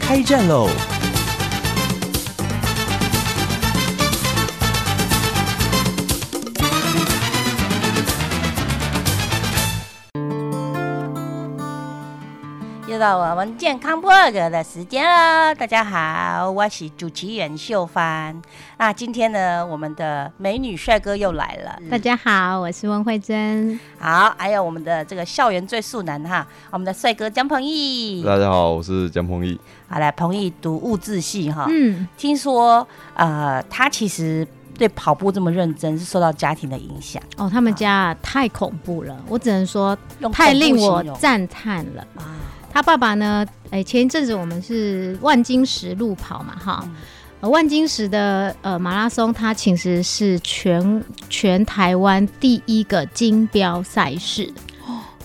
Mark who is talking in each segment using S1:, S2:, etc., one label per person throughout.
S1: 开战喽！
S2: 又到我们健康部落格的时间了，大家好，我是主持人秀芳。那今天呢，我们的美女帅哥又来了，
S3: 大家好，我是温慧珍。
S2: 好，还有我们的这个校园最速男哈，我们的帅哥江鹏毅。
S4: 大家好，我是江鹏毅。
S2: 好来，鹏毅读物质系哈，
S3: 嗯，
S2: 听说呃，他其实对跑步这么认真是受到家庭的影响，
S3: 哦，他们家太恐怖了，我只能说
S2: 用
S3: 太令
S2: 恐怖
S3: 我
S2: 形容
S3: 赞叹了。
S2: 啊，
S3: 他爸爸呢？哎、前一阵子我们是万金石路跑嘛，哈。
S2: 嗯
S3: 呃万金石的呃马拉松，它其实是全全台湾第一个金标赛事，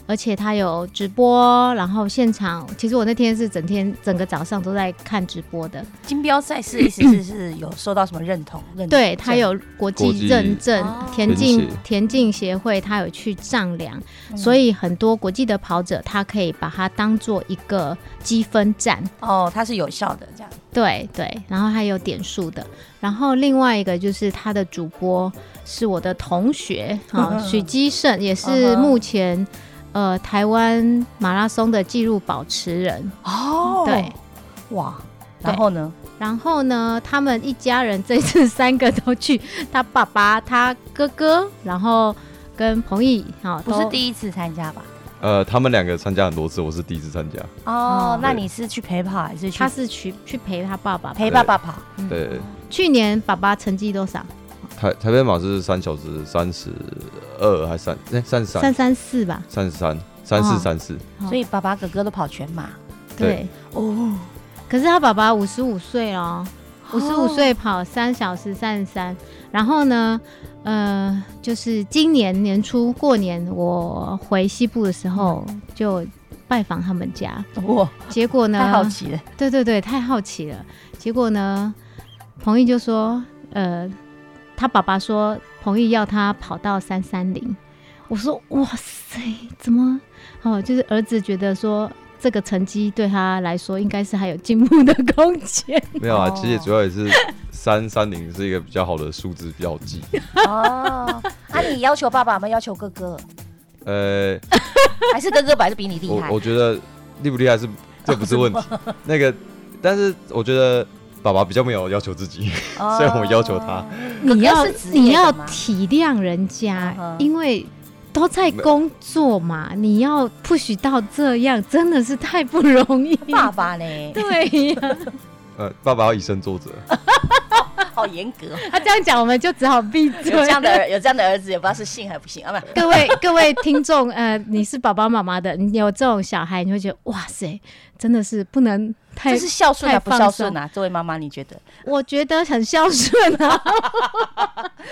S3: 而且它有直播，然后现场。其实我那天是整天整个早上都在看直播的，
S2: 金标赛事意思是是有受到什么认同？认
S3: 对，它有国
S4: 国
S3: 际
S4: 际
S3: 认证
S2: 哦，
S3: 田
S4: 田
S3: 径
S4: 协
S3: 田径协会它有去丈量，
S2: 嗯
S3: 所以很多国际的跑者，他可以把它当做一个积分站，
S2: 哦，它是有效的这样。
S3: 对对，然后还有点数的，然后另外一个就是他的主播是我的同学啊，许基胜也是
S2: 嗯哼
S3: 目前。呃，台湾马拉松的纪录保持人，
S2: 哦
S3: 对。
S2: 哇，
S3: 对
S2: 然后呢？
S3: 然后呢，他们一家人这次三个都去，他爸爸、他哥哥，然后跟彭毅，好、
S2: 不
S3: 都
S2: 是第一次参加吧？
S4: 呃，他们两个参加很多次，我是第一次参加。
S2: 哦
S3: 嗯，
S2: 那
S4: 对
S2: 你是去陪跑还是去
S3: 他是去去陪他爸爸。
S2: 陪爸爸跑？
S3: 嗯
S4: 对，
S3: 去年爸爸成绩多少？
S4: 台台北马是三小时三十二还三哎三十
S3: 三
S4: 三
S3: 三四吧。
S4: 三十三三四三四，
S3: 哦
S2: 所以爸爸哥哥都跑全马
S3: 对
S4: 对，
S2: 哦。
S3: 可是他爸爸五十五岁哦，五十五
S2: 哦
S3: 岁跑三小时三十三。然后呢，呃，就是今年年初过年我回西部的时候
S2: 嗯
S3: 就拜访他们家，
S2: 哦哇，
S3: 结果呢，
S2: 太好奇 了。
S3: 对对对，太好奇了。结果呢，彭毅就说，呃，他爸爸说彭毅要他跑到三三零。我说，哇塞，怎么？哦，就是儿子觉得说这个成绩对他来说应该是还有进步的空 间。
S4: 没有啊，
S2: 哦
S4: 其实主要也是三三零是一个比较好的数字标记。
S2: 哦，啊，你要求爸爸吗？要求哥 哥？
S4: 呃，
S2: 还是哥哥本来就比你厉
S4: 我
S2: 害？
S4: 我觉得厉不厉害是这不是问题， 那个但是我觉得爸爸比较没有要求自己，
S2: 哦
S4: 虽然我要求他
S2: 哥
S3: 你要
S2: 是职
S3: 你
S2: 业的
S3: 要
S2: 吗
S3: 体谅人家
S2: 嗯，哼
S3: 因为都在
S4: 没
S3: 工作嘛，你要 push 到这样，真的是太不容 易。
S2: 爸爸呢？
S3: 对呀、
S4: 呃，爸爸要以身作则。
S2: 好严格哦。
S3: 他这样讲，我们就只好闭嘴。
S2: 有这样的儿有这样的儿子，也不知道是信还不信啊？不，
S3: 各位各位听众，呃，你是爸爸妈妈的，你有这种小孩，你会觉得哇塞，真的是不能太
S2: 这，是孝顺还
S3: 太
S2: 不
S3: 放
S2: 孝顺啊？这位妈妈，你觉得
S3: 我觉得很孝顺啊，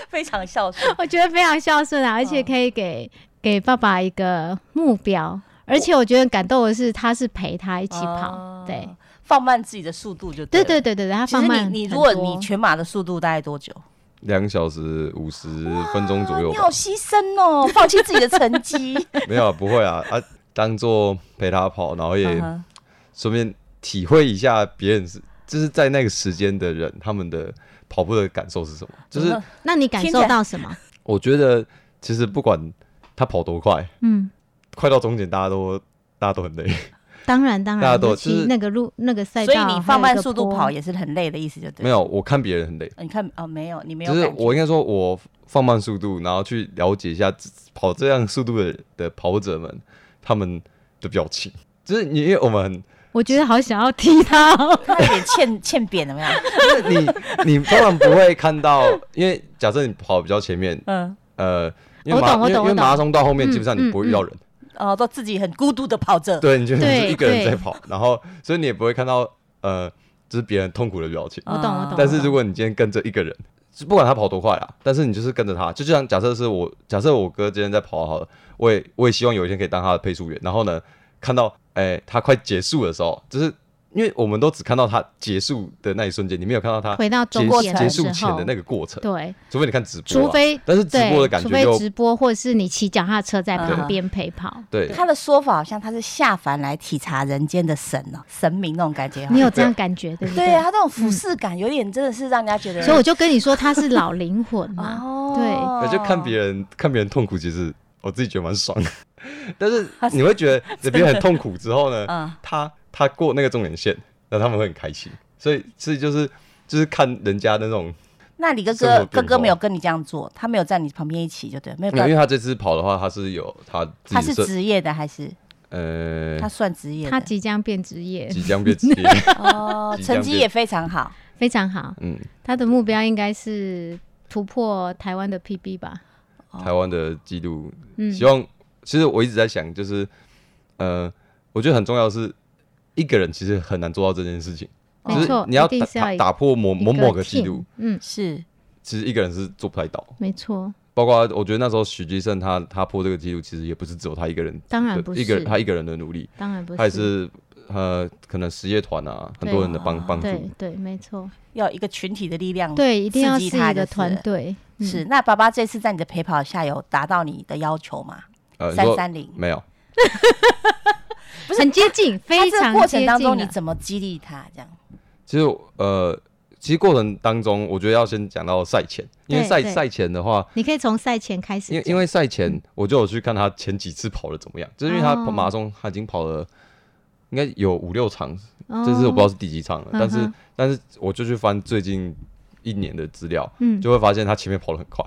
S2: 非常孝顺？
S3: 我觉得非常孝顺
S2: 哦
S3: 啊，而且可以给、给爸爸一个目标，而且我觉得很感动的是，他是陪他一起跑，
S2: 哦
S3: 对，
S2: 放慢自己的速度就
S3: 对
S2: 对
S3: 对
S2: 了。
S3: 对对对，他
S2: 其实
S3: 放慢
S2: 你你
S3: 很
S2: 如果
S3: 多
S2: 你全马的速度大概多久？
S4: 两小时五十分钟左右
S2: 啊你
S4: 吧
S2: 好，牺牲哦，放弃自己的成 绩。
S4: 没有啊不会啊啊，当做陪他跑，然后也
S2: 嗯哼
S4: 顺便体会一下别人是，就是在那个时间的人他们的跑步的感受是什么。
S3: 嗯
S4: 就是
S3: 那你感
S2: 听起
S3: 受
S2: 来
S3: 到什么？
S4: 我觉得其实不管他跑多快，
S3: 嗯，
S4: 快到终点大家都大家 都很累，
S3: 当然当
S4: 大家
S3: 然，
S4: 都
S3: 尤
S4: 就
S3: 其
S4: 是
S3: 那个路那个赛道，
S2: 所以你放慢速度跑
S3: 也
S2: 也是很累的意思，就对。
S4: 没有我看别人很累，
S2: 呃，你看哦，没有，你没有
S4: 就
S2: 感
S4: 是
S2: 觉。
S4: 我应该说我放慢速度，然后去了解一下自跑这样速度的的跑者们他们的表情，就是你因为 我们
S3: 我觉得好想要踢他、 哦。
S2: 他有点欠欠扁了没有？
S3: 嗯
S4: 你你通常不会看到，因为假设你跑比较前面，
S2: 嗯，
S4: 呃，因
S3: 我
S4: 为
S3: 懂
S4: 马
S3: 我
S4: 因为
S3: 懂
S4: 因
S3: 我
S4: 为
S3: 懂
S4: 马拉松到后面基本上
S3: 嗯
S4: 你不会遇到人，
S2: 哦，都自己很孤独的跑着。
S4: 对，你就
S3: 对
S4: 是一个人在
S3: 对
S4: 跑，然后所以你也不会看到呃就是别人痛苦的表情。
S3: 我懂我懂
S4: 但是如果你今天跟着一个人，就不管他跑多快啦，但是你就是跟着他，就像假设是我，假设我哥今天在跑好了，我也我也希望有一天可以当他的配速员。然后呢，看到哎、他快结束的时候，就是因为我们都只看到他结束的那一瞬间，你没有看到他
S3: 回到
S4: 结
S3: 终点
S4: 结
S3: 的时
S4: 束前
S3: 候
S4: 的，那个过程，
S3: 对，
S4: 除非你看直播啊，
S3: 除非
S4: 但是直播
S3: 对
S4: 的感
S3: 除
S4: 觉
S3: 非
S4: 又
S3: 直播或者是你骑脚踏车在
S2: 嗯
S3: 旁边陪 跑。
S4: 对
S2: 他的说法好像他是下凡来体察人间的神哦，神明那种感
S4: 啊
S2: 觉哦。
S3: 你有这样感觉对不
S2: 对啊，他这种俯视感有点真的是让人家觉得，
S3: 所以我就跟你说他是老灵 魂嘛，
S2: 哦，
S4: 我就看别人看别人痛苦，其实我自己觉得蛮爽的， 但是你会觉得别人很痛苦之后呢，
S2: 嗯
S4: 他他过那个终点线，那他们会很开心，所以所以就是就是看人家那种，
S2: 那你哥
S4: 生活
S2: 哥哥
S4: 变
S2: 哥
S4: 化
S2: 没有跟你这样做，他没有在你旁边一起，就对，没有
S4: 因
S2: 表
S4: 为他这次跑的话，他是有他自己
S2: 他是
S4: 设
S2: 职业的还是
S4: 呃
S2: 他算职业的？
S3: 他即将变职业，
S4: 即将变职 业，
S2: 哦，
S4: 即将
S2: 成绩
S4: 变
S2: 也非常好
S3: 非常好。
S4: 嗯，
S3: 他的目标应该是突破台湾的 PB 吧？
S4: 台湾的纪录，
S3: 哦嗯
S4: 希望其实我一直在想，就是呃，我觉得很重要的是。一个人其实很难做到这件事情，
S3: 没
S4: 就是
S3: 错，
S4: 你要
S3: 一定
S4: 打
S3: 是要
S4: 打
S3: 一
S4: 打破某某
S3: 一
S4: 某个记
S3: team
S4: 录，，
S3: 嗯，
S2: 是
S4: 其实一个人是做不太到。
S3: 没错，
S4: 包括我觉得那时候许继胜他他破这个记录，其实也不是只有他一个人，
S3: 当然不是
S4: 一个人他一个人的努力，
S3: 当然不是，
S4: 他也是呃可能实业团啊，很
S3: 对
S4: 多人的帮帮
S3: 对
S4: 助。
S3: 对，没错，
S2: 要有一个群体的力量。
S3: 对，一定要
S2: 刺
S3: 是
S2: 激
S3: 一
S2: 他
S3: 个
S2: 就是
S3: 团队，嗯
S2: 是，那爸爸这次在你的陪跑下有达到你的要求吗？
S4: 呃，你
S2: 三
S4: 说
S2: 三零，
S4: 没有，
S3: 很接近，非
S2: 那这
S3: 常
S2: 个过
S3: 接
S2: 程
S3: 近啊
S2: 当中
S3: 了
S2: 你怎么激励他？这样
S4: 其实我呃，其实过程当中，我觉得要先讲到赛前，因为
S3: 对
S4: 赛
S3: 对
S4: 赛前的话，
S3: 你可以从赛前开始
S4: 因
S3: 讲，
S4: 为因为赛前我就有去看他前几次跑的怎么样，就是因为他
S3: 哦
S4: 马拉松他已经跑了。应该有五六场，
S3: 哦
S4: 这是我不知道，是第几场了，但
S3: 嗯
S4: 是
S3: 哼
S4: 但是我就去翻最近一年的资料，
S3: 嗯，
S4: 就会发现他前面跑得很快，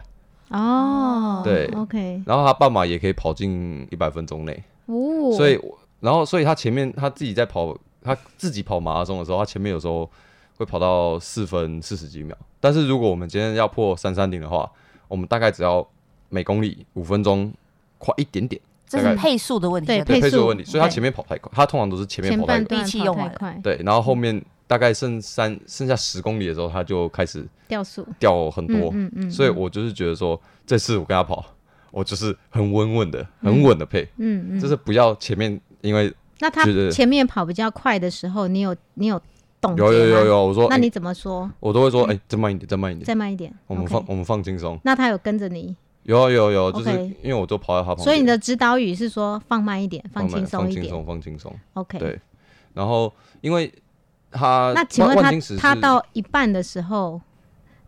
S3: 哦，
S4: 对
S3: ，OK，
S4: 然后他半马也可以跑进一百分钟内，
S3: 哦，
S4: 所以我，然后所以他前面他自己在跑，他自己跑马拉松的时候，他前面有时候会跑到四分四十几秒。但是如果我们今天要破三三零的话，我们大概只要每公里五分钟快一点点，
S2: 这
S4: 大
S2: 是
S4: 概
S2: 配速的问题，啊
S3: 对
S2: 不
S4: 对
S3: 配
S4: 配速的
S3: 速
S4: 问题。所以他
S3: 对
S4: 前面跑太快，他通常都是前面
S3: 前
S4: 跑太
S3: 半
S4: 快，
S3: 段
S2: 力气
S3: 跑
S2: 用
S3: 太
S2: 完了
S3: 快，
S4: 对，然后后面大概剩三剩下十公里的时候，他就开始
S3: 掉速，
S4: 掉很多。
S3: 嗯嗯嗯，
S4: 所以
S3: 嗯
S4: 我就是觉得说，这次我跟他跑，我就是很稳稳的、很稳的配，
S3: 嗯嗯，
S4: 就是不要前面因为
S3: 那他
S4: 觉得
S3: 前面跑比较快的时候，你有你有懂
S4: 有有有有，我说，
S3: 嗯那
S4: 哎
S3: 你怎么说？
S4: 我都会说，哎、再慢一点，再慢一点，
S3: 再慢一点，
S4: 我们
S3: OK
S4: 放我们放轻松。
S3: 那他有跟着你，
S4: 有啊有啊有啊，就是
S3: OK
S4: 因为我都跑在他旁边，
S3: 所以你的指导语是说放慢一点，
S4: 放
S3: 轻
S4: 慢
S3: 松
S4: 放
S3: 一
S4: 轻
S3: 点
S4: 松，放轻松。
S3: ，OK。
S4: 对，然后因为他
S3: 那请问
S4: 万
S3: 他
S4: 万金石是
S3: 他到一半的时候，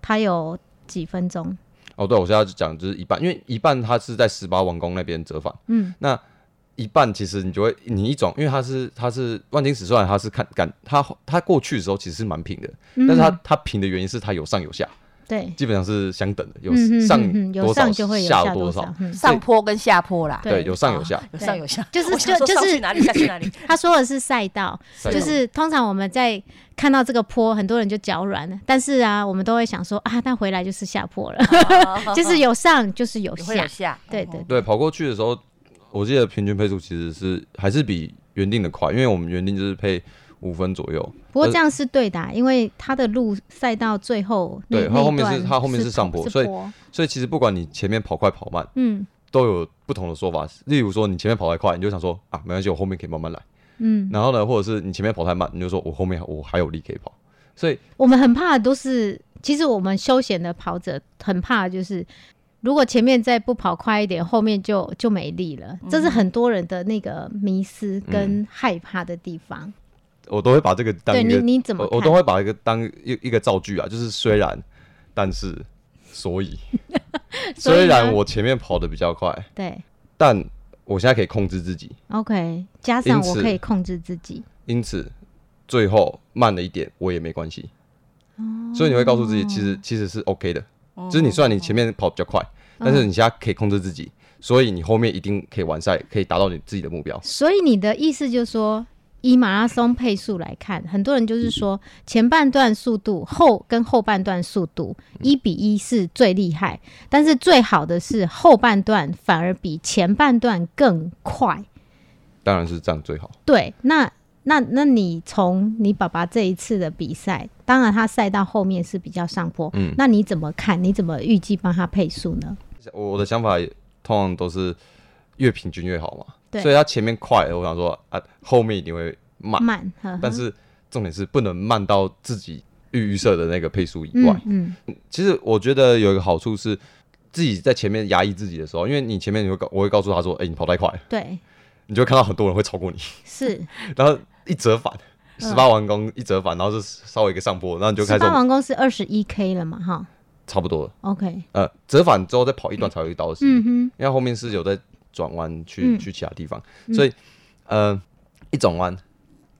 S3: 他有几分钟？
S4: 哦，对我现在就讲就是一半，因为一半他是在十八王宫那边折返，
S3: 嗯，
S4: 那一半其实你就会你一种，因为他是他是万金石，虽然他是看感他他过去的时候其实是蛮平的，
S3: 嗯
S4: 但是他他平的原因是他有上有下，
S3: 对，
S4: 基本上是相等的，有
S3: 嗯嗯
S4: 上
S3: 嗯嗯有
S4: 多
S3: 上
S4: 少
S3: 就会有
S4: 下
S3: 多
S4: 多少，
S3: 嗯
S2: 上坡跟下坡啦，
S4: 对，有上有下
S2: 哦，有上有下，
S3: 就是
S2: 我想说
S3: 就就是
S2: 上去哪里下去哪里，
S3: 他说的是赛道，
S4: 赛
S3: 就
S4: 道
S3: 是通常我们在看到这个坡，很多人就脚软了，但是啊，我们都会想说啊，那回来就是下坡了，
S4: 哦
S3: 就是有上就是有
S2: 也会有
S3: 下，
S2: 下，嗯
S3: 对对
S4: 对，跑过去的时候，我记得平均配速其实是还是比原定的快，因为我们原定就是配五分左右。
S3: 不过
S4: 但
S3: 这样是对的啊、因为它的路赛到最后那，
S4: 对它
S3: 那一
S4: 后面是
S3: 段
S4: 它后面是上
S3: 坡，
S4: 坡
S3: 是
S4: 所以
S3: 坡
S4: 所以其实不管你前面跑快跑慢，
S3: 嗯
S4: 都有不同的说法。例如说你前面跑太快，你就想说啊没关系，我后面可以慢慢来。
S3: 嗯，
S4: 然后呢，或者是你前面跑太慢，你就说我后面我还有力可以跑。所以
S3: 我们很怕的都是，其实我们休闲的跑者很怕的就是。如果前面再不跑快一点，后面就就没力了。
S4: 嗯
S3: 这是很多人的那个迷失跟害怕的地方。
S4: 我都会把这个当
S3: 对
S4: 一
S3: 你
S4: 个，
S3: 你怎么
S4: 我
S3: 看？
S4: 我都会把一个当一一个造句啊，就是虽然，但是， 所以，
S3: 所以
S4: 虽然
S3: 呢
S4: 我前面跑得比较快，
S3: 对
S4: 但我现在可以控制自己，
S3: ，OK，加上
S4: 因
S3: 我
S4: 此
S3: 可以控制自己。
S4: 因此最后慢了一点我也没关系。所以你会告诉自己，其
S3: 哦
S4: 实其实是 OK 的，就是你虽然你前面跑比较快，
S3: 哦
S4: 但是你现在可以控制自己，所以你后面一定可以完赛，可以达到你自己的目标。
S3: 所以你的意思就是说，以马拉松配速来看，很多人就是说
S4: 嗯
S3: 前半段速度后跟后半段速度
S4: 嗯
S3: 一比一是最厉害，但是最好的是后半段反而比前半段更快。
S4: 当然是这样最好。
S3: 对，那那那你从你爸爸这一次的比赛，当然他赛到后面是比较上坡，
S4: 嗯
S3: 那你怎么看？你怎么预计帮他配速呢？
S4: 我我的想法也通常都是越平均越好嘛，
S3: 对
S4: 所以他前面快，我想说啊，后面一定会慢，
S3: 慢，呵呵
S4: 但是重点是不能慢到自己预预设的那个配速以外
S3: 嗯。嗯
S4: 其实我觉得有一个好处是，自己在前面压抑自己的时候，因为你前面你会告我会告诉他说，哎、你跑太快了，
S3: 对
S4: 你就会看到很多人会超过你，
S3: 是。
S4: 然后一折返，十八完工一折返，然后是稍微一个上坡，然后你就开
S3: 十
S4: 始
S3: 八王宫嗯是二十一 K 了嘛哈
S4: 差不多了，
S3: ，OK，
S4: 呃，折返之后再跑一段才会到二十一，
S3: 嗯
S4: 因为后面是有在转弯去、
S3: 嗯
S4: 去其他地方，所以呃一转弯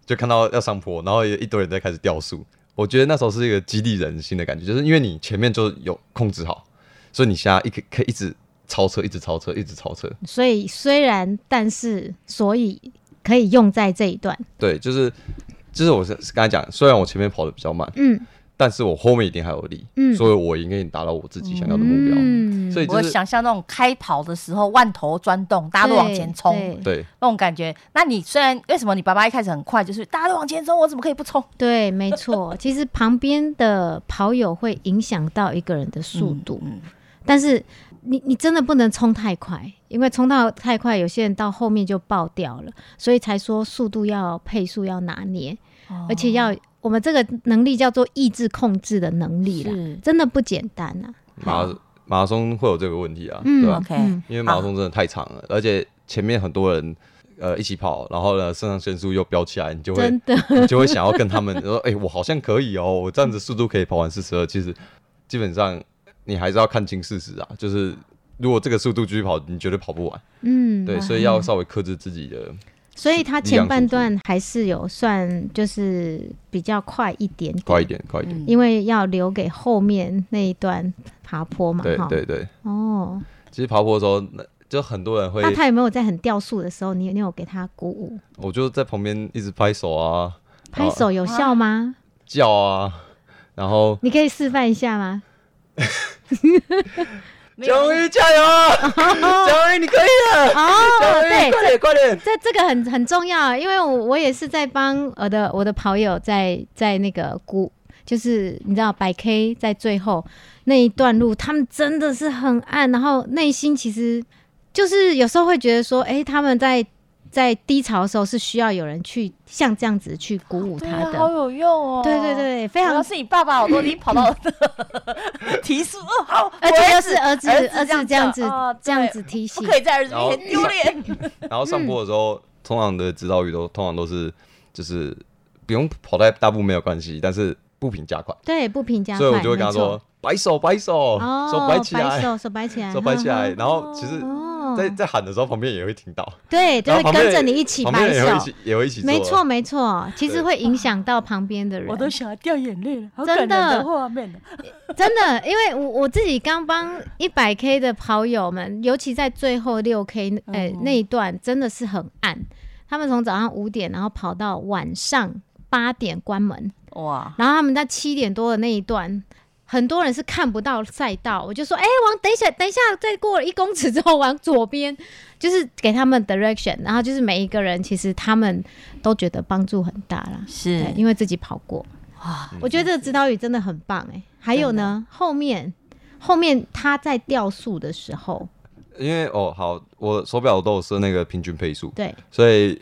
S4: 就看到要上坡，然后也一堆人在开始掉速。我觉得那时候是一个激励人心的感觉，就是因为你前面就有控制好，所以你现在一可可以一直超车，一直超车，一直超车。
S3: 哼，所以虽然但是所以可以用在这一段，
S4: 对，就是就是我是刚才讲，虽然我前面跑的比较慢，
S3: 嗯，
S4: 但是我后面一定还有力，
S3: 嗯
S4: 所以我一定达到我自己想要的目标。
S3: 嗯
S4: 所以就
S2: 我
S4: 是
S2: 想象那种开跑的时候，万头钻动，大家都往前冲，
S3: 对对
S4: 对
S2: 那种感觉。那你虽然为什么你爸爸一开始很快，就是大家都往前冲，我怎么可以不冲？
S3: 对，没错。 其实旁边的跑友会影响到一个人的速度，
S2: 嗯
S3: 但是你你真的不能冲太快，因为冲到太快，有些人到后面就爆掉了，所以才说速度要配速要拿捏，
S2: 哦
S3: 而且要我们这个能力叫做意志控制的能力啦，
S2: 是
S3: 真的不简单啊。
S4: 马拉马拉松会有这个问题啊，
S3: 嗯
S4: 对吧？
S2: OK
S3: 嗯
S4: 因为马拉松真的太长了，而且前面很多人呃一起跑，然后呢肾上腺素又飙起来，你就会
S3: 嗯真 的
S4: 你就会想要跟他们 说，哎、我好像可以哦，我这样子速度可以跑完四十二。其实基本上你还是要看清事实啊，就是如果这个速度继续跑，你绝对跑不完。
S3: 嗯，
S4: 对，
S3: 哇
S4: 所以要稍微克制自己的。
S3: 所以他前半段还是有算，就是比较快一点点，
S4: 快一，点，快一点。
S2: 嗯
S3: 因为要留给后面那一段爬坡嘛，
S4: 对
S3: 哈
S4: 对对，
S3: 哦，
S4: 其实爬坡的时候，那就很多人会，
S3: 那他有没有在很掉速的时候，你你有给他鼓舞？
S4: 我就在旁边一直拍手啊、
S3: 拍手有效吗？
S4: 叫啊，然后
S3: 你可以示范一下吗？
S2: 没有
S4: 终于加油啊， 终于你可以了，
S3: 哦，
S4: 终 于
S3: 对，
S4: 快点快点。
S3: 这这个很很重要，啊因为我我也是在帮我的我的跑友在在那个鼓，就是你知道百 K 在最后那一段路，他们真的是很暗，然后内心其实就是有时候会觉得说，哎，他们在在低潮的时候是需要有人去像这样子去鼓舞
S2: 对
S3: 他
S2: 啊，
S3: 的，
S2: 好有用哦。
S3: 对对。对，非
S2: 主要
S3: 常。嗯
S2: 是你爸爸，我都已经跑到 提速哦， 好，
S3: 而
S2: 我
S3: 且又是儿子，
S2: 儿
S3: 儿子这
S2: 这
S3: 样
S2: 样
S3: 子
S2: 叫哦，
S3: 这样
S2: 对
S3: 子提
S2: 不
S3: 醒，
S2: 可以在儿子
S4: 然后
S2: 面前丢脸。
S4: 然后上坡的时候，通常的指导语都通常都是就是不用跑太大步没有关系，但是步频加快，
S3: 对，不评价快，
S4: 所以我就会跟他
S3: 没错
S4: 说摆手摆手，
S3: 哦，
S4: 手摆起来，
S3: 手手啊摆起来，
S4: 手摆起
S3: 呵呵
S4: 来。然后其实
S3: 哦，
S4: 在在喊的时候，旁边也会听到，
S3: 对，哦就
S4: 然
S3: 会
S4: 后旁边
S3: 跟着你一起
S4: 旁边
S3: 摆
S4: 人也会一
S3: 手
S4: 起，也会一起做，
S3: 没错没错，其实会影响到旁边的人，
S2: 我都想要掉眼泪了，好
S3: 真
S2: 感人的
S3: 的
S2: 画面啊
S3: 真的，因为我我自己刚帮一百 K 的跑友们，尤其在最后六 K 那呃、
S2: 嗯
S3: 那一段，真的是很暗，他们从早上五点，然后跑到晚上八点关门，
S2: 哇！
S3: 然后他们在七点多的那一段，很多人是看不到赛道，我就说，哎、往等一下，等一下，再过了一公尺之后往左边，就是给他们 direction，然后就是每一个人其实他们都觉得帮助很大啦，
S2: 是
S3: 对，因为自己跑过，
S2: 哇，
S3: 我觉得这个指导语真的很棒哎、还有呢，后面后面他在掉速的时候，
S4: 因为哦好，我手表都有设那个平均配速，
S3: 对，
S4: 所以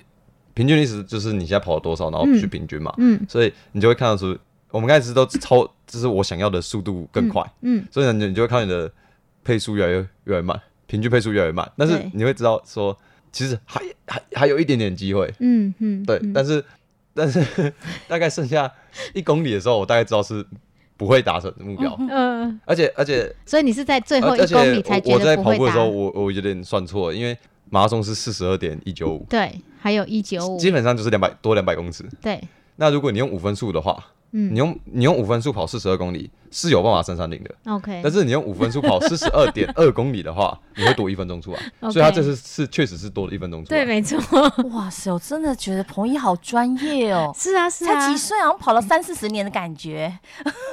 S4: 平均意思就是你现在跑了多少，然后
S3: 嗯
S4: 去平均嘛，
S3: 嗯
S4: 所以你就会看得出，我们开始都超，就是我想要的速度更快。
S3: 嗯，
S4: 所以呢，你就会看你的配速越来越越来越慢，平均配速越来越慢，但是
S3: 对
S4: 你会知道说，其实还还还有一点点机会，
S3: 嗯嗯，
S4: 对，
S3: 嗯
S4: 但是 但是大概剩下一公里的时候，我大概知道是不会达成目标，
S3: 呃，
S4: 而且而且
S3: 所以你是在最后
S4: 而
S3: 一
S4: 而且
S3: 公里才
S4: 我
S3: 觉
S4: 我
S3: 得
S4: 在
S3: 不
S4: 跑
S3: 会
S4: 步的时
S3: 达
S4: 候，，我我有点算错了，因为马拉松是四十二点一九五，
S3: 对，还有一九五，
S4: 基本上就是两百多两百公尺。
S3: 对，
S4: 那如果你用五分速的话，
S3: 嗯
S4: 你用你用五分速跑四十二公里是有办法升三零的，
S3: ，OK，
S4: 但是你用五分速跑四十二点二公里 的话，你会多一分钟出来，啊
S3: OK
S4: 所以他这次是确实是多了一分钟出啊
S3: 对，
S4: 来。
S3: 没 错，，
S4: 嗯
S2: 哇塞，我真的觉得彭一好专业哦
S3: 是啊， 是
S2: 才
S3: 啊
S2: 几，岁，好像跑了三四十年的感 觉。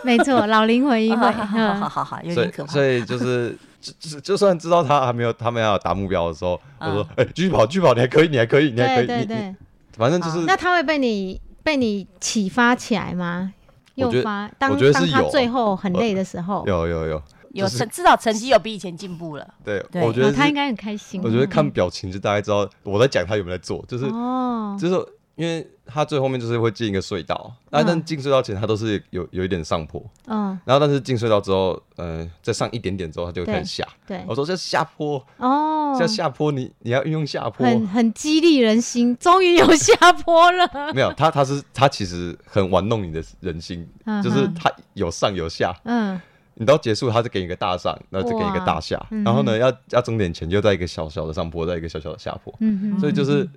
S3: 没错，老灵魂一
S2: 好
S3: 会，
S2: 好好好
S3: 嗯
S2: 好好，有
S4: 所
S2: 点
S4: 以
S2: 可怕
S4: 所。以就是就就就算知道他还没有他们要达目标的时候，我
S2: 嗯
S4: 说哎继续跑继续跑，你还可以你还可以你还可
S3: 啊对
S4: 以，
S3: 对
S4: 你你
S3: 对，
S4: 反正就是
S3: 那他会被你被你启发起来吗？
S4: 我
S3: 诱
S4: 觉得
S3: 发当
S4: 我觉得
S3: 当
S4: 是
S3: 他
S4: 有啊
S3: 最后很累的时候，
S4: 有有有，
S2: 有
S4: 就是
S2: 成至少成绩有比以前进步了。
S4: 对，
S2: 对
S4: 我觉得
S3: 哦他
S4: 是
S3: 应该很开心。嗯
S4: 我觉得看表情就大概知道我在讲他有没有在做，就是、
S3: 哦，
S4: 就是因为他最后面就是会进一个隧道，那、
S3: 嗯
S4: 但进隧道前他都是有有一点上坡，
S3: 嗯，
S4: 然后但是进隧道之后，呃，再上一点点之后他就会开
S3: 对
S4: 始下。
S3: 对
S4: 我，说这下坡，
S3: 哦，
S4: 这下坡你你要运用下坡，
S3: 很很激励人心，终于有下坡了。
S4: 没有他他是他其实很玩弄你的人心，
S3: 嗯
S4: 就是
S3: 哼
S4: 他有上有下，
S3: 嗯，
S4: 你到结束，他就给你一个大上，然后就给你一个大下，然后呢，要要终点前又在一个小小的上坡，在一个小小的下坡，
S3: 嗯哼，
S4: 所以就是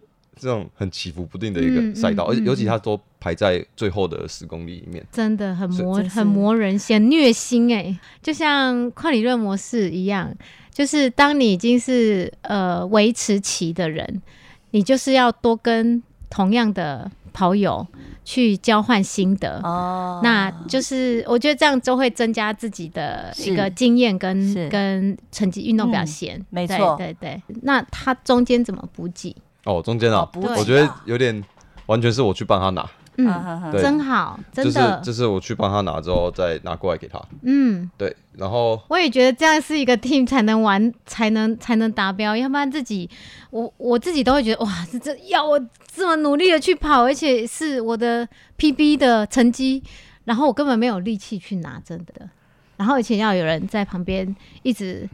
S4: 这种很起伏不定的一
S3: 嗯嗯
S4: 个赛道，而且
S3: 嗯
S4: 尤其它都排在最后的十公里里面。
S3: 真的很
S4: 所以
S3: 磨
S2: 真是
S3: 很磨人心，很虐心哎、就像跨理论模式一样，就是当你已经是呃维持期的人，你就是要多跟同样的跑友去交换心得。
S2: 哦
S3: 那就是我觉得这样就会增加自己的
S2: 是
S3: 一个经验
S2: 是嗯
S3: 跟跟成绩运动表现，
S2: 没错
S3: 对对对。那他中间怎么补给？
S4: 哦，中间啊，
S2: 哦补给啊
S4: 我觉得有点完全是我去帮他拿，
S2: 啊
S3: 嗯，
S2: 哈哈
S4: 对
S3: 真好，
S4: 就
S3: 真
S4: 是
S3: 的，
S4: 就是我去帮他拿之后再拿过来给他，
S3: 嗯。
S4: 对，然后
S3: 我也觉得这样是一个 team 才能玩，才能才能达标，要不然自己，我我自己都会觉得哇，这这要我这么努力的去跑，而且是我的 PB 的成绩，然后我根本没有力气去拿，真的。然后而且要有人在旁边一直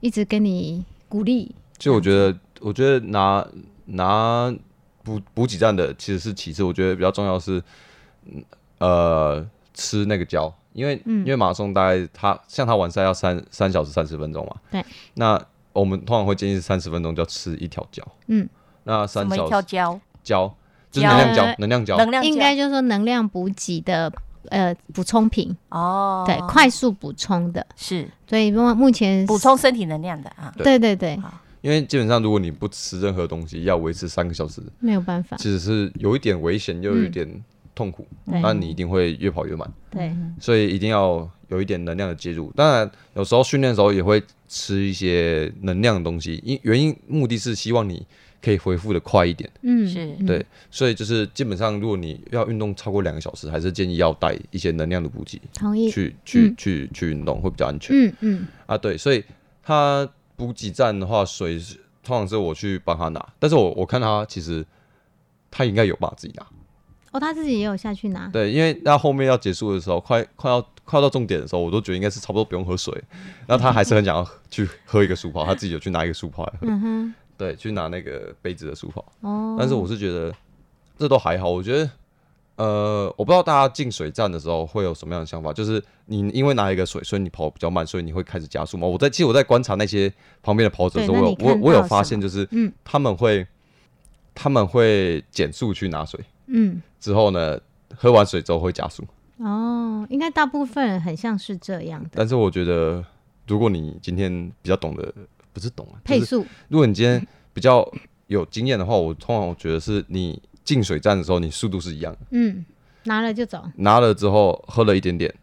S3: 一直跟你鼓励，
S4: 就我觉得我觉得拿拿补补给站的其实是其次，我觉得比较重要的是，嗯呃，吃那个胶，因为、
S3: 嗯
S4: 因为马拉松大概他像他完赛要三三小时三十分钟嘛，
S3: 对，
S4: 那我们通常会建议三十分钟就要吃一条胶，
S3: 嗯，
S4: 那
S2: 什
S4: 三
S2: 么一
S4: 小
S2: 条
S4: 时
S2: 胶，
S4: 胶就是
S2: 胶
S4: 能量
S3: 呃
S4: 胶，能量胶，
S2: 能量胶
S3: 应该就是说能量补给的呃补充品，
S2: 哦，
S3: 对，快速补充的。
S2: 是
S3: 所以目目前
S2: 补，充身体能量的啊。
S3: 对对对，
S4: 因为基本上如果你不吃任何东西，要维持三个小时，
S3: 没有办法，
S4: 其实是有一点危险又有一点痛苦，
S3: 对
S4: 那你一定会越跑越慢。
S3: 对，
S2: 嗯
S4: 所以一定要有一点能量的介入。当然，有时候训练的时候也会吃一些能量的东西，因原因目的是希望你可以恢复的快一点。
S3: 嗯，
S2: 是
S3: 嗯
S4: 对，所以就是基本上，如果你要运动超过两个小时，还是建议要带一些能量的补给
S3: 同意，
S4: 去去
S3: 嗯
S4: 去去运动，会比较安全、
S3: 嗯嗯
S4: 啊。对，所以他补给站的话，水是通常是我去帮他拿，但是我我看他其实他应该有吧自己拿。
S3: 哦，他自己也有下去拿，
S4: 对，因为那后面要结束的时候，快快要快要到终点的时候，我都觉得应该是差不多不用喝水，然后他还是很想要去喝一个舒泡，他自己有去拿一个舒泡来喝，
S3: 嗯
S4: 对，去拿那个杯子的舒泡。
S3: 哼，哦，
S4: 但是我是觉得这都还好，我觉得。呃，我不知道大家进水站的时候会有什么样的想法，就是你因为拿一个水，所以你跑比较慢，所以你会开始加速吗？我在其实我在观察那些旁边的跑者的时候，
S3: 对
S4: 我
S3: 那
S4: 有
S3: 你
S4: 我
S3: 看
S4: 我有
S3: 到
S4: 发
S3: 什
S4: 现，
S3: 么
S4: 就是
S3: 嗯
S4: 他们会他们会减速去拿水，
S3: 嗯，
S4: 之后呢，喝完水之后会加速。
S3: 哦，应该大部分人很像是这样的
S4: 但是我觉得，如果你今天比较懂得，不是懂啊，
S3: 配
S4: 就是
S3: 速，
S4: 如果你今天比较有经验的话，我通常我觉得是你进水站的时候，你速度是一样的，
S3: 嗯，拿了就走，
S4: 拿了之后喝了一点点，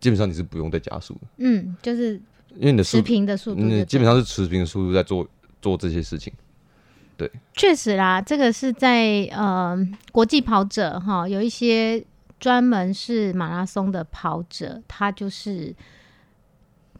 S4: 基本上你是不用再加速的，
S3: 嗯，就是
S4: 因为你的速
S3: 持，平的速度就对
S4: 你
S3: 了，
S4: 基本上是持平的速度在做做这些事情。
S3: 确实啦，这个是在呃国际跑者哈，有一些专门是马拉松的跑者，他就是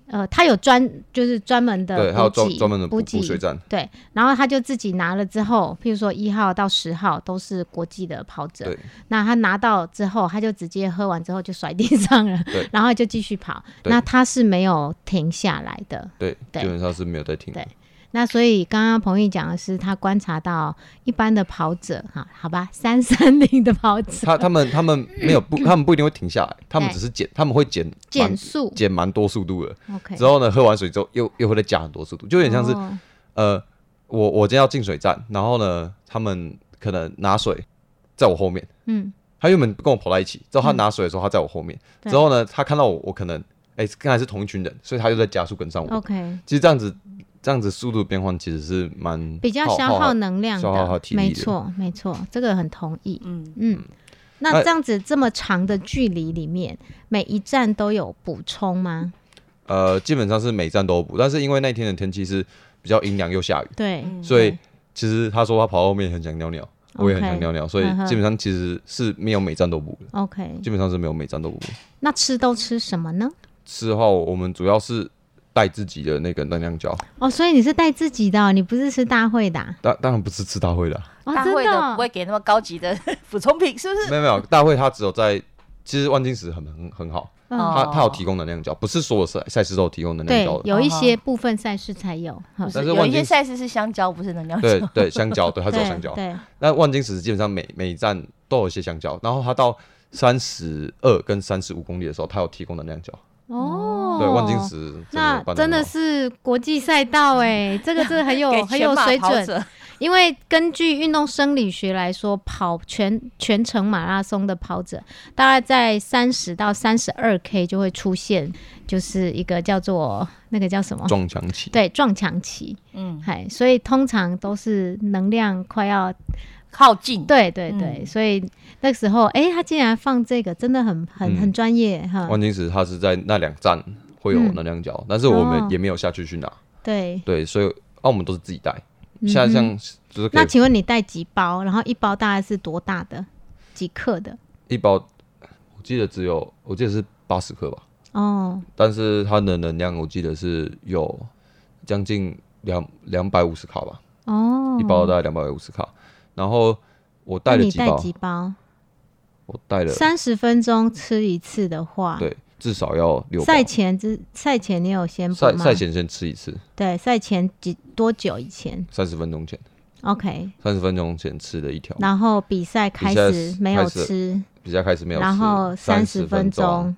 S3: 呃他有专就是专门的
S4: 对，还有
S3: 补
S4: 专
S3: 给
S4: 专门的补
S3: 补
S4: 补
S3: 给
S4: 水站，
S3: 对，然后他就自己拿了之后，譬如说一号到十号都是国际的跑者
S4: 对，
S3: 那他拿到之后，他就直接喝完之后就甩地上了
S4: 对，
S3: 然后就继续跑。
S4: 对
S3: 那他是没有停下来的。
S4: 对，
S3: 对
S4: 基本上是没有在停的。
S3: 对那所以刚刚彭毅讲的是，他观察到一般的跑者，哈，好吧，三三零的跑者
S4: 他他们他们没有 不，他们不一定会停下来，他们
S3: 对
S4: 只是减，他们会减
S3: 减
S4: 蛮
S3: 速
S4: 减蛮多速度的。
S3: ，OK，
S4: 之后呢，喝完水之后又又会再加很多速度，就有点像是、
S3: 哦
S4: 呃，我我今天要进水站，然后呢，他们可能拿水在我后面，
S3: 嗯，
S4: 他原本跟我跑在一起，之后他拿水的时候他在我后面，
S3: 对
S4: 之后呢，他看到我，我可能哎刚才是同一群人，所以他又在加速跟上我。
S3: OK，
S4: 其实这样子这样子速度变换其实是蛮
S3: 比较
S4: 耗
S3: 消耗能量
S4: 消耗
S3: 的，
S4: 体力的
S3: 没错，没错，这个很同意。
S2: 嗯，
S3: 嗯，那
S4: 那
S3: 这样子这么长的距离里面，每一站都有补充吗？
S4: 呃，基本上是每站都有补，但是因为那天的天气是比较阴凉又下雨，
S3: 对，
S2: 嗯
S4: 所以其实他说他跑到后面很想尿尿，我也很
S3: OK
S4: 想尿尿，所以
S3: 嗯哼
S4: 基本上其实是没有每站都补的，
S3: OK，
S4: 基本上是没有每站都补的。
S3: 那吃都吃什么呢？
S4: 吃的话，我们主要是带自己的那个能量胶，
S3: 哦，所以你是带自己的哦、你不是吃大会的啊、
S4: 当当然不是吃大会的啊、
S3: 哦，
S2: 大会
S3: 真的
S2: 的
S3: 哦
S2: 不会给那么高级的 补充品，是不是？
S4: 没有没有，大会它只有在，其实万金石很很很好，
S3: 嗯
S2: 哦
S4: 它它有提供能量胶，不是所有赛赛事都有提供能量
S3: 对
S4: 胶，的。
S3: 有一些部分赛事才有，好
S4: 但是
S2: 有
S4: 万
S2: 一些
S4: 金石
S2: 赛事是香蕉，不是能量
S4: 对
S2: 球。
S4: 对，香蕉，对，它只有
S3: 对
S4: 香蕉。
S3: 对，
S4: 那万金石基本上每每一站都有一些香蕉，然后它到三十二跟三十五公里的时候，它有提供能量胶。
S3: 哦，
S4: 对，万金。石真的
S3: 那
S4: 办得
S3: 真的
S4: 很好
S3: 是国际赛道哎、这个真的很 有
S2: 给
S3: 很有
S2: 全马
S3: 水
S2: 跑
S3: 准，
S2: 者
S3: 因为根据运动生理学来说，跑全全程马拉松的跑者，大概在三十到三十二 K 就会出现，就是一个叫做那个叫什么？
S4: 撞墙期。
S3: 对，撞墙期。
S2: 嗯，
S3: 嗨，所以通常都是能量快要，
S2: 靠近。
S3: 对对对，
S2: 嗯
S3: 所以那时候，哎、他竟然放这个，真的很很
S4: 嗯
S3: 很专业哈。
S4: 万金石它是在那两站会
S3: 嗯
S4: 有能量胶，但是我们也没有下去去拿。
S3: 对，
S4: 对，所以澳门都是自己带。现在像就是可
S3: 嗯那
S4: 以
S3: 请问你带几包？然后一包大概是多大的？几克的？
S4: 一包，我记得只有我记得是八十克吧，
S3: 哦，
S4: 但是它的能量我记得是有将近两两百五十卡吧，
S3: 哦，
S4: 一包大概两百五十卡。然后我
S3: 那
S4: 带了
S3: 你
S4: 几
S3: 带
S4: 包，
S3: 几包？
S4: 我带了
S3: 三十分钟吃一次的话，
S4: 对，至少要六包。
S3: 赛前之赛前你有先补
S4: 赛
S3: 吗？
S4: 赛前先吃一次，
S3: 对赛前几多久以前
S4: 三十分钟前，
S3: ？OK，
S4: 三十分钟前吃了一条，
S3: 然后比赛开
S4: 比赛
S3: 始没有
S4: 开始
S3: 吃，
S4: 比赛开始没有吃，
S3: 然后
S4: 三
S3: 十
S4: 分
S3: 钟、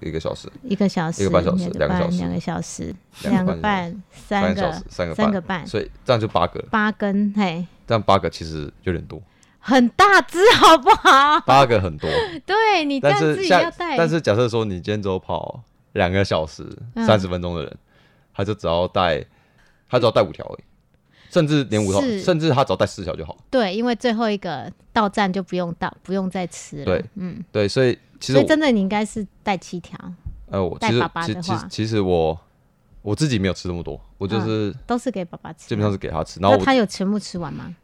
S4: 一个小时，
S3: 一个小时、
S4: 一个半小时
S3: 两
S4: 两个小时
S3: 两个小时、
S4: 两个
S3: 个
S4: 半
S3: 半、
S4: 三
S3: 三
S4: 个小时，三个
S3: 三个
S4: 半，
S3: 半，
S4: 所以这样就八个了，
S3: 八根，嘿，
S4: 这样八个其实有点多，
S3: 很大只，好不好？
S4: 八个很多。
S3: 对你这
S4: 但
S3: 样自
S4: 是
S3: 己
S4: 像
S3: 要带，
S4: 但是假设说你今天只有跑两个小时
S3: 嗯
S4: 三十分钟的人，他就只要带，他只要带五条而已，甚至连五条，
S3: 是
S4: 甚至他只要带四条就好。
S3: 对，因为最后一个到站就不用到，不用再吃了。
S4: 对，
S3: 嗯，
S4: 对，所以其实
S3: 所以
S4: 我
S3: 真的你应该是带七条，
S4: 呃，我
S3: 带
S4: 其实
S3: 爸爸
S4: 其
S3: 的
S4: 其
S3: 话
S4: 其实我我自己没有吃那么多，我就是
S3: 都是给爸爸吃。
S4: 基本上是给他吃，然
S3: 那
S4: 后我
S3: 他有全部吃完吗？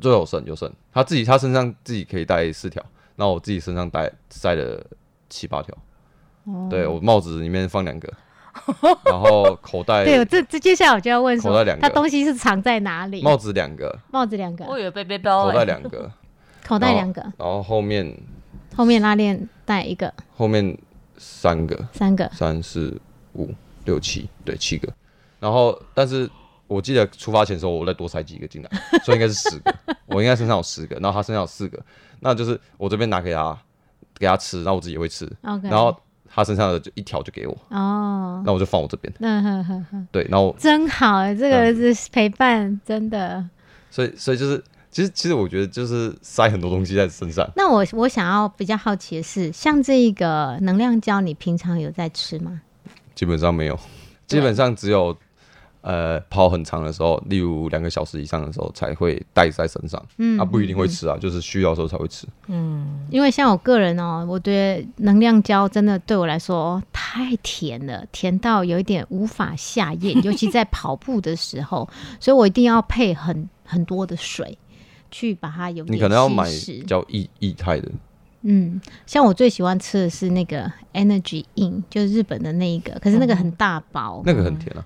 S4: 最后有剩有剩，他自己他身上自己可以带四条，然后我自己身上带塞了七八条，
S3: 哦
S4: 对我帽子里面放 两个，然后口袋
S3: 对，这这接下来我就要问
S4: 哎口袋
S3: 说
S4: 两，个
S3: 他东西是藏在哪里？
S4: 帽子两个，
S3: 帽子两
S2: 我
S3: 个，
S2: 以为背背包
S4: 口
S2: 哎
S4: 袋，两 个。
S3: 口袋哦两个，
S4: 然后后面
S3: 后面拉链带一个，
S4: 后面三个，
S3: 三个。
S4: 三四五六七，对，七个。然后但是我记得出发前的时候，我再多塞几个进 来，所以应该是十个。我应该身上有十个，然后他身上有四个，那就是我这边拿给他给他吃，然后我自己也会吃，
S3: OK，
S4: 然后他身上的就一条就给我，
S3: 哦，
S4: 那我就放我这边。
S3: 那呵呵呵，
S4: 对，然后
S3: 真好欸，这个是陪伴，真的。
S4: 所以所以就是。其实，其实我觉得就是塞很多东西在身上，
S3: 那我我想要比较好奇的是，像这个能量胶，你平常有在吃吗？
S4: 基本上没有，基本上只有呃跑很长的时候，例如两个小时以上的时候才会带在身上。
S3: 嗯
S4: 啊，不一定会吃啊，就是需要的时候才会吃。
S3: 因为像我个人哦，我觉得能量胶真的对我来说太甜了，甜到有一点无法下咽， 尤其在跑步的时候，所以我一定要配很很多的水去把它有点
S4: 你可能要
S3: 稀
S4: 买
S3: 释
S4: 比较液液态的，
S3: 嗯，像我最喜欢吃的是那个 Energy In，就是日本的那一个，可是那个很大包，
S4: 那个很甜
S3: 嗯
S4: 啊。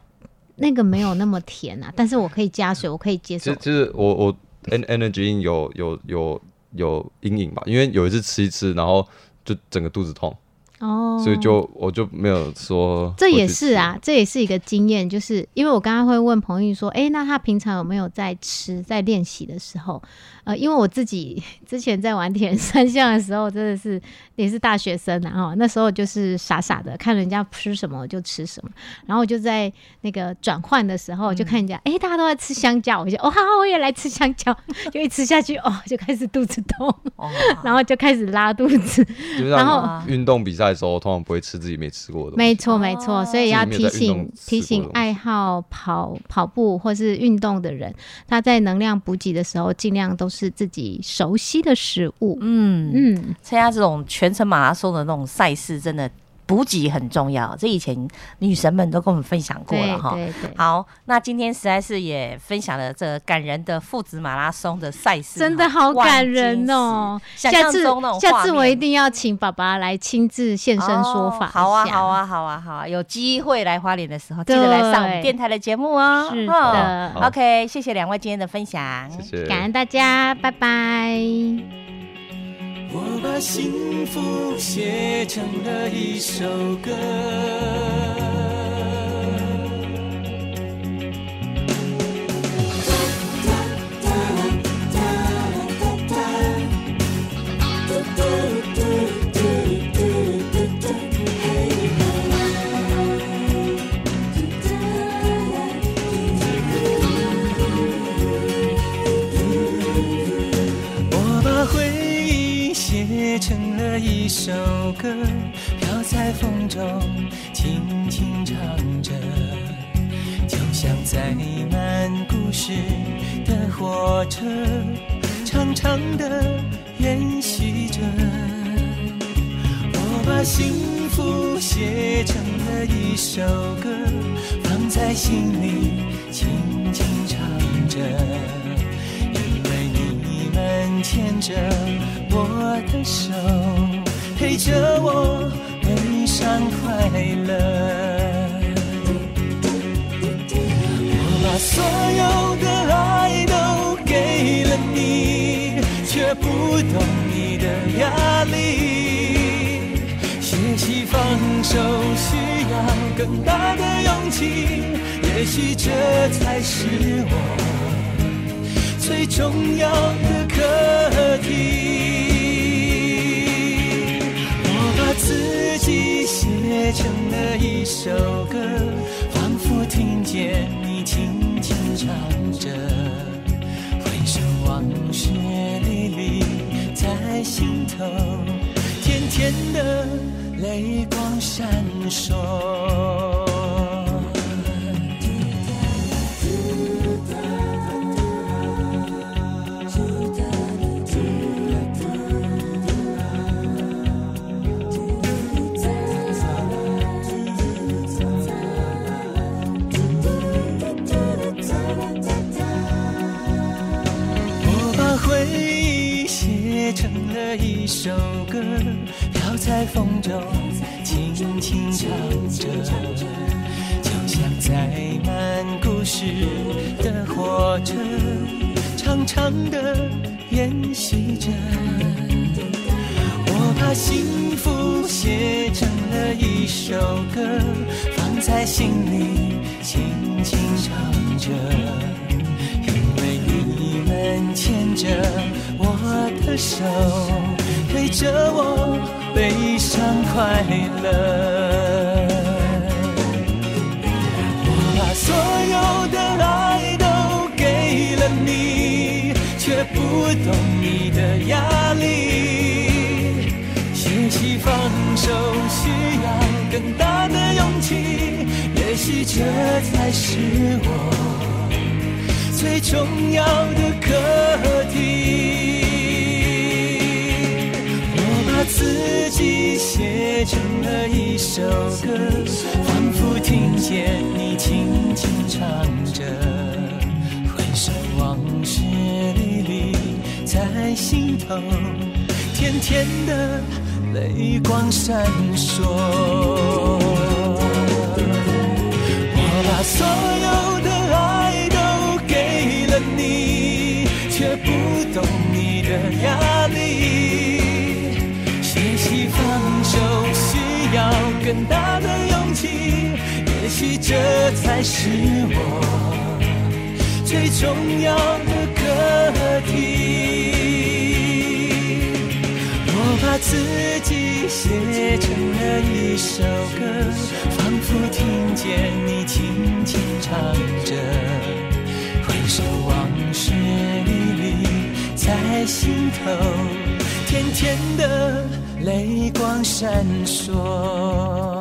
S3: 那个没有那么甜啊，但是我可以加水，我可以接
S4: 其
S3: 受
S4: 实。其实我我 en energy in 有有有有阴影吧，因为有一次吃一吃，然后就整个肚子痛，
S3: 哦，
S4: 所以就我就没有说。
S3: 这也是，啊，这也是一个经验，就是因为我刚刚会问彭玉说，诶，那他平常有没有在吃，在练习的时候？呃，因为我自己 之前在玩铁人三项的时候，真的是也是大学生啊，哦，那时候就是傻傻的看人家吃什么我就吃什么，然后我就在那个转换的时候就看人家，诶，大家都在吃香蕉，我就哦，好，我也来吃香蕉， 就一吃下去，哦，就开始肚子痛，
S2: 哦
S3: 然后就开始拉肚子，
S4: 基本
S3: 然
S4: 上
S3: 后
S2: 啊
S4: 运动比赛的时候，通常不会吃自己没吃过的东
S3: 没
S4: 西。
S3: 错，没
S2: 哦
S3: 错，所以要
S4: 自己没
S3: 提
S4: 有在运动
S3: 醒
S4: 吃过
S3: 提醒
S4: 东西
S3: 爱好跑跑步或是运动的人，他在能量补给的时候，尽量都是自己熟悉的食物。
S2: 嗯，
S3: 嗯，
S2: 参加这种全程马拉松的那种赛事，真的补给很重要，这以前女神们都跟我们分享过
S3: 对
S2: 了哈。
S3: 对对，
S2: 好，那今天实在是也分享了这个感人的父子马拉松的赛事，
S3: 真的好感人哦！
S2: 啊万金石！
S3: 下
S2: 想
S3: 次
S2: 象中那种
S3: 下次
S2: 画
S3: 我一
S2: 面
S3: 定要请爸爸来亲自现身说法、
S2: 哦好啊，好，啊，好啊，好啊！有机会来花莲的时候，记得来上我们
S3: 对
S2: 电台的节目哦。
S3: 是
S2: 哦
S3: 的
S4: 好
S2: OK，谢谢两位今天的分享。
S4: 谢谢，
S3: 感恩大家，拜拜。
S5: 我把幸福写成了一首歌，我把回忆写成了一首歌，飘在风中，轻轻唱着，就像载满故事的火车，长长的延续着。我把幸福写成了一首歌，放在心里轻轻唱着，因为你们牵着我的手，陪着我悲伤快乐。我把所有的爱都给了你，却不懂你的压力。学习放手需要更大的勇气，也许这才是我最重要的课题。我把自己写成了一首歌，仿佛听见你轻轻唱着，回首往事历历在心头，甜甜的泪光闪烁。我把回忆写成了一首歌，飘在风中，轻轻唱着，就像载满故事的火车，长长的延续着。我把幸福写成了一首歌，放在心里轻轻唱着，因为你们牵着我的手，陪着我悲伤快乐。我把所有的爱都给了你，却不懂你的压力。学习放手需要更大的勇气，也许这才是我最重要的课题。我把自己写成了一首歌，仿佛听见你轻轻唱着，回首往事历历在心头，甜甜的泪光闪烁。我把所有的爱都给了你，却不懂你的压力。学习放手需要更大的勇气，也许这才是我最重要的课题。我把自己写成了一首歌，仿佛听见你轻轻唱着，回首往事历历在心头，甜甜的泪光闪烁。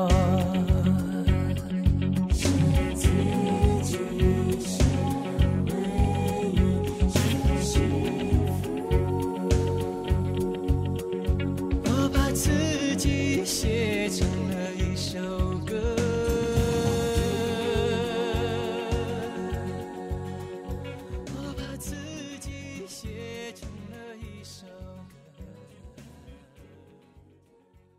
S5: 我把自己写成了一首歌。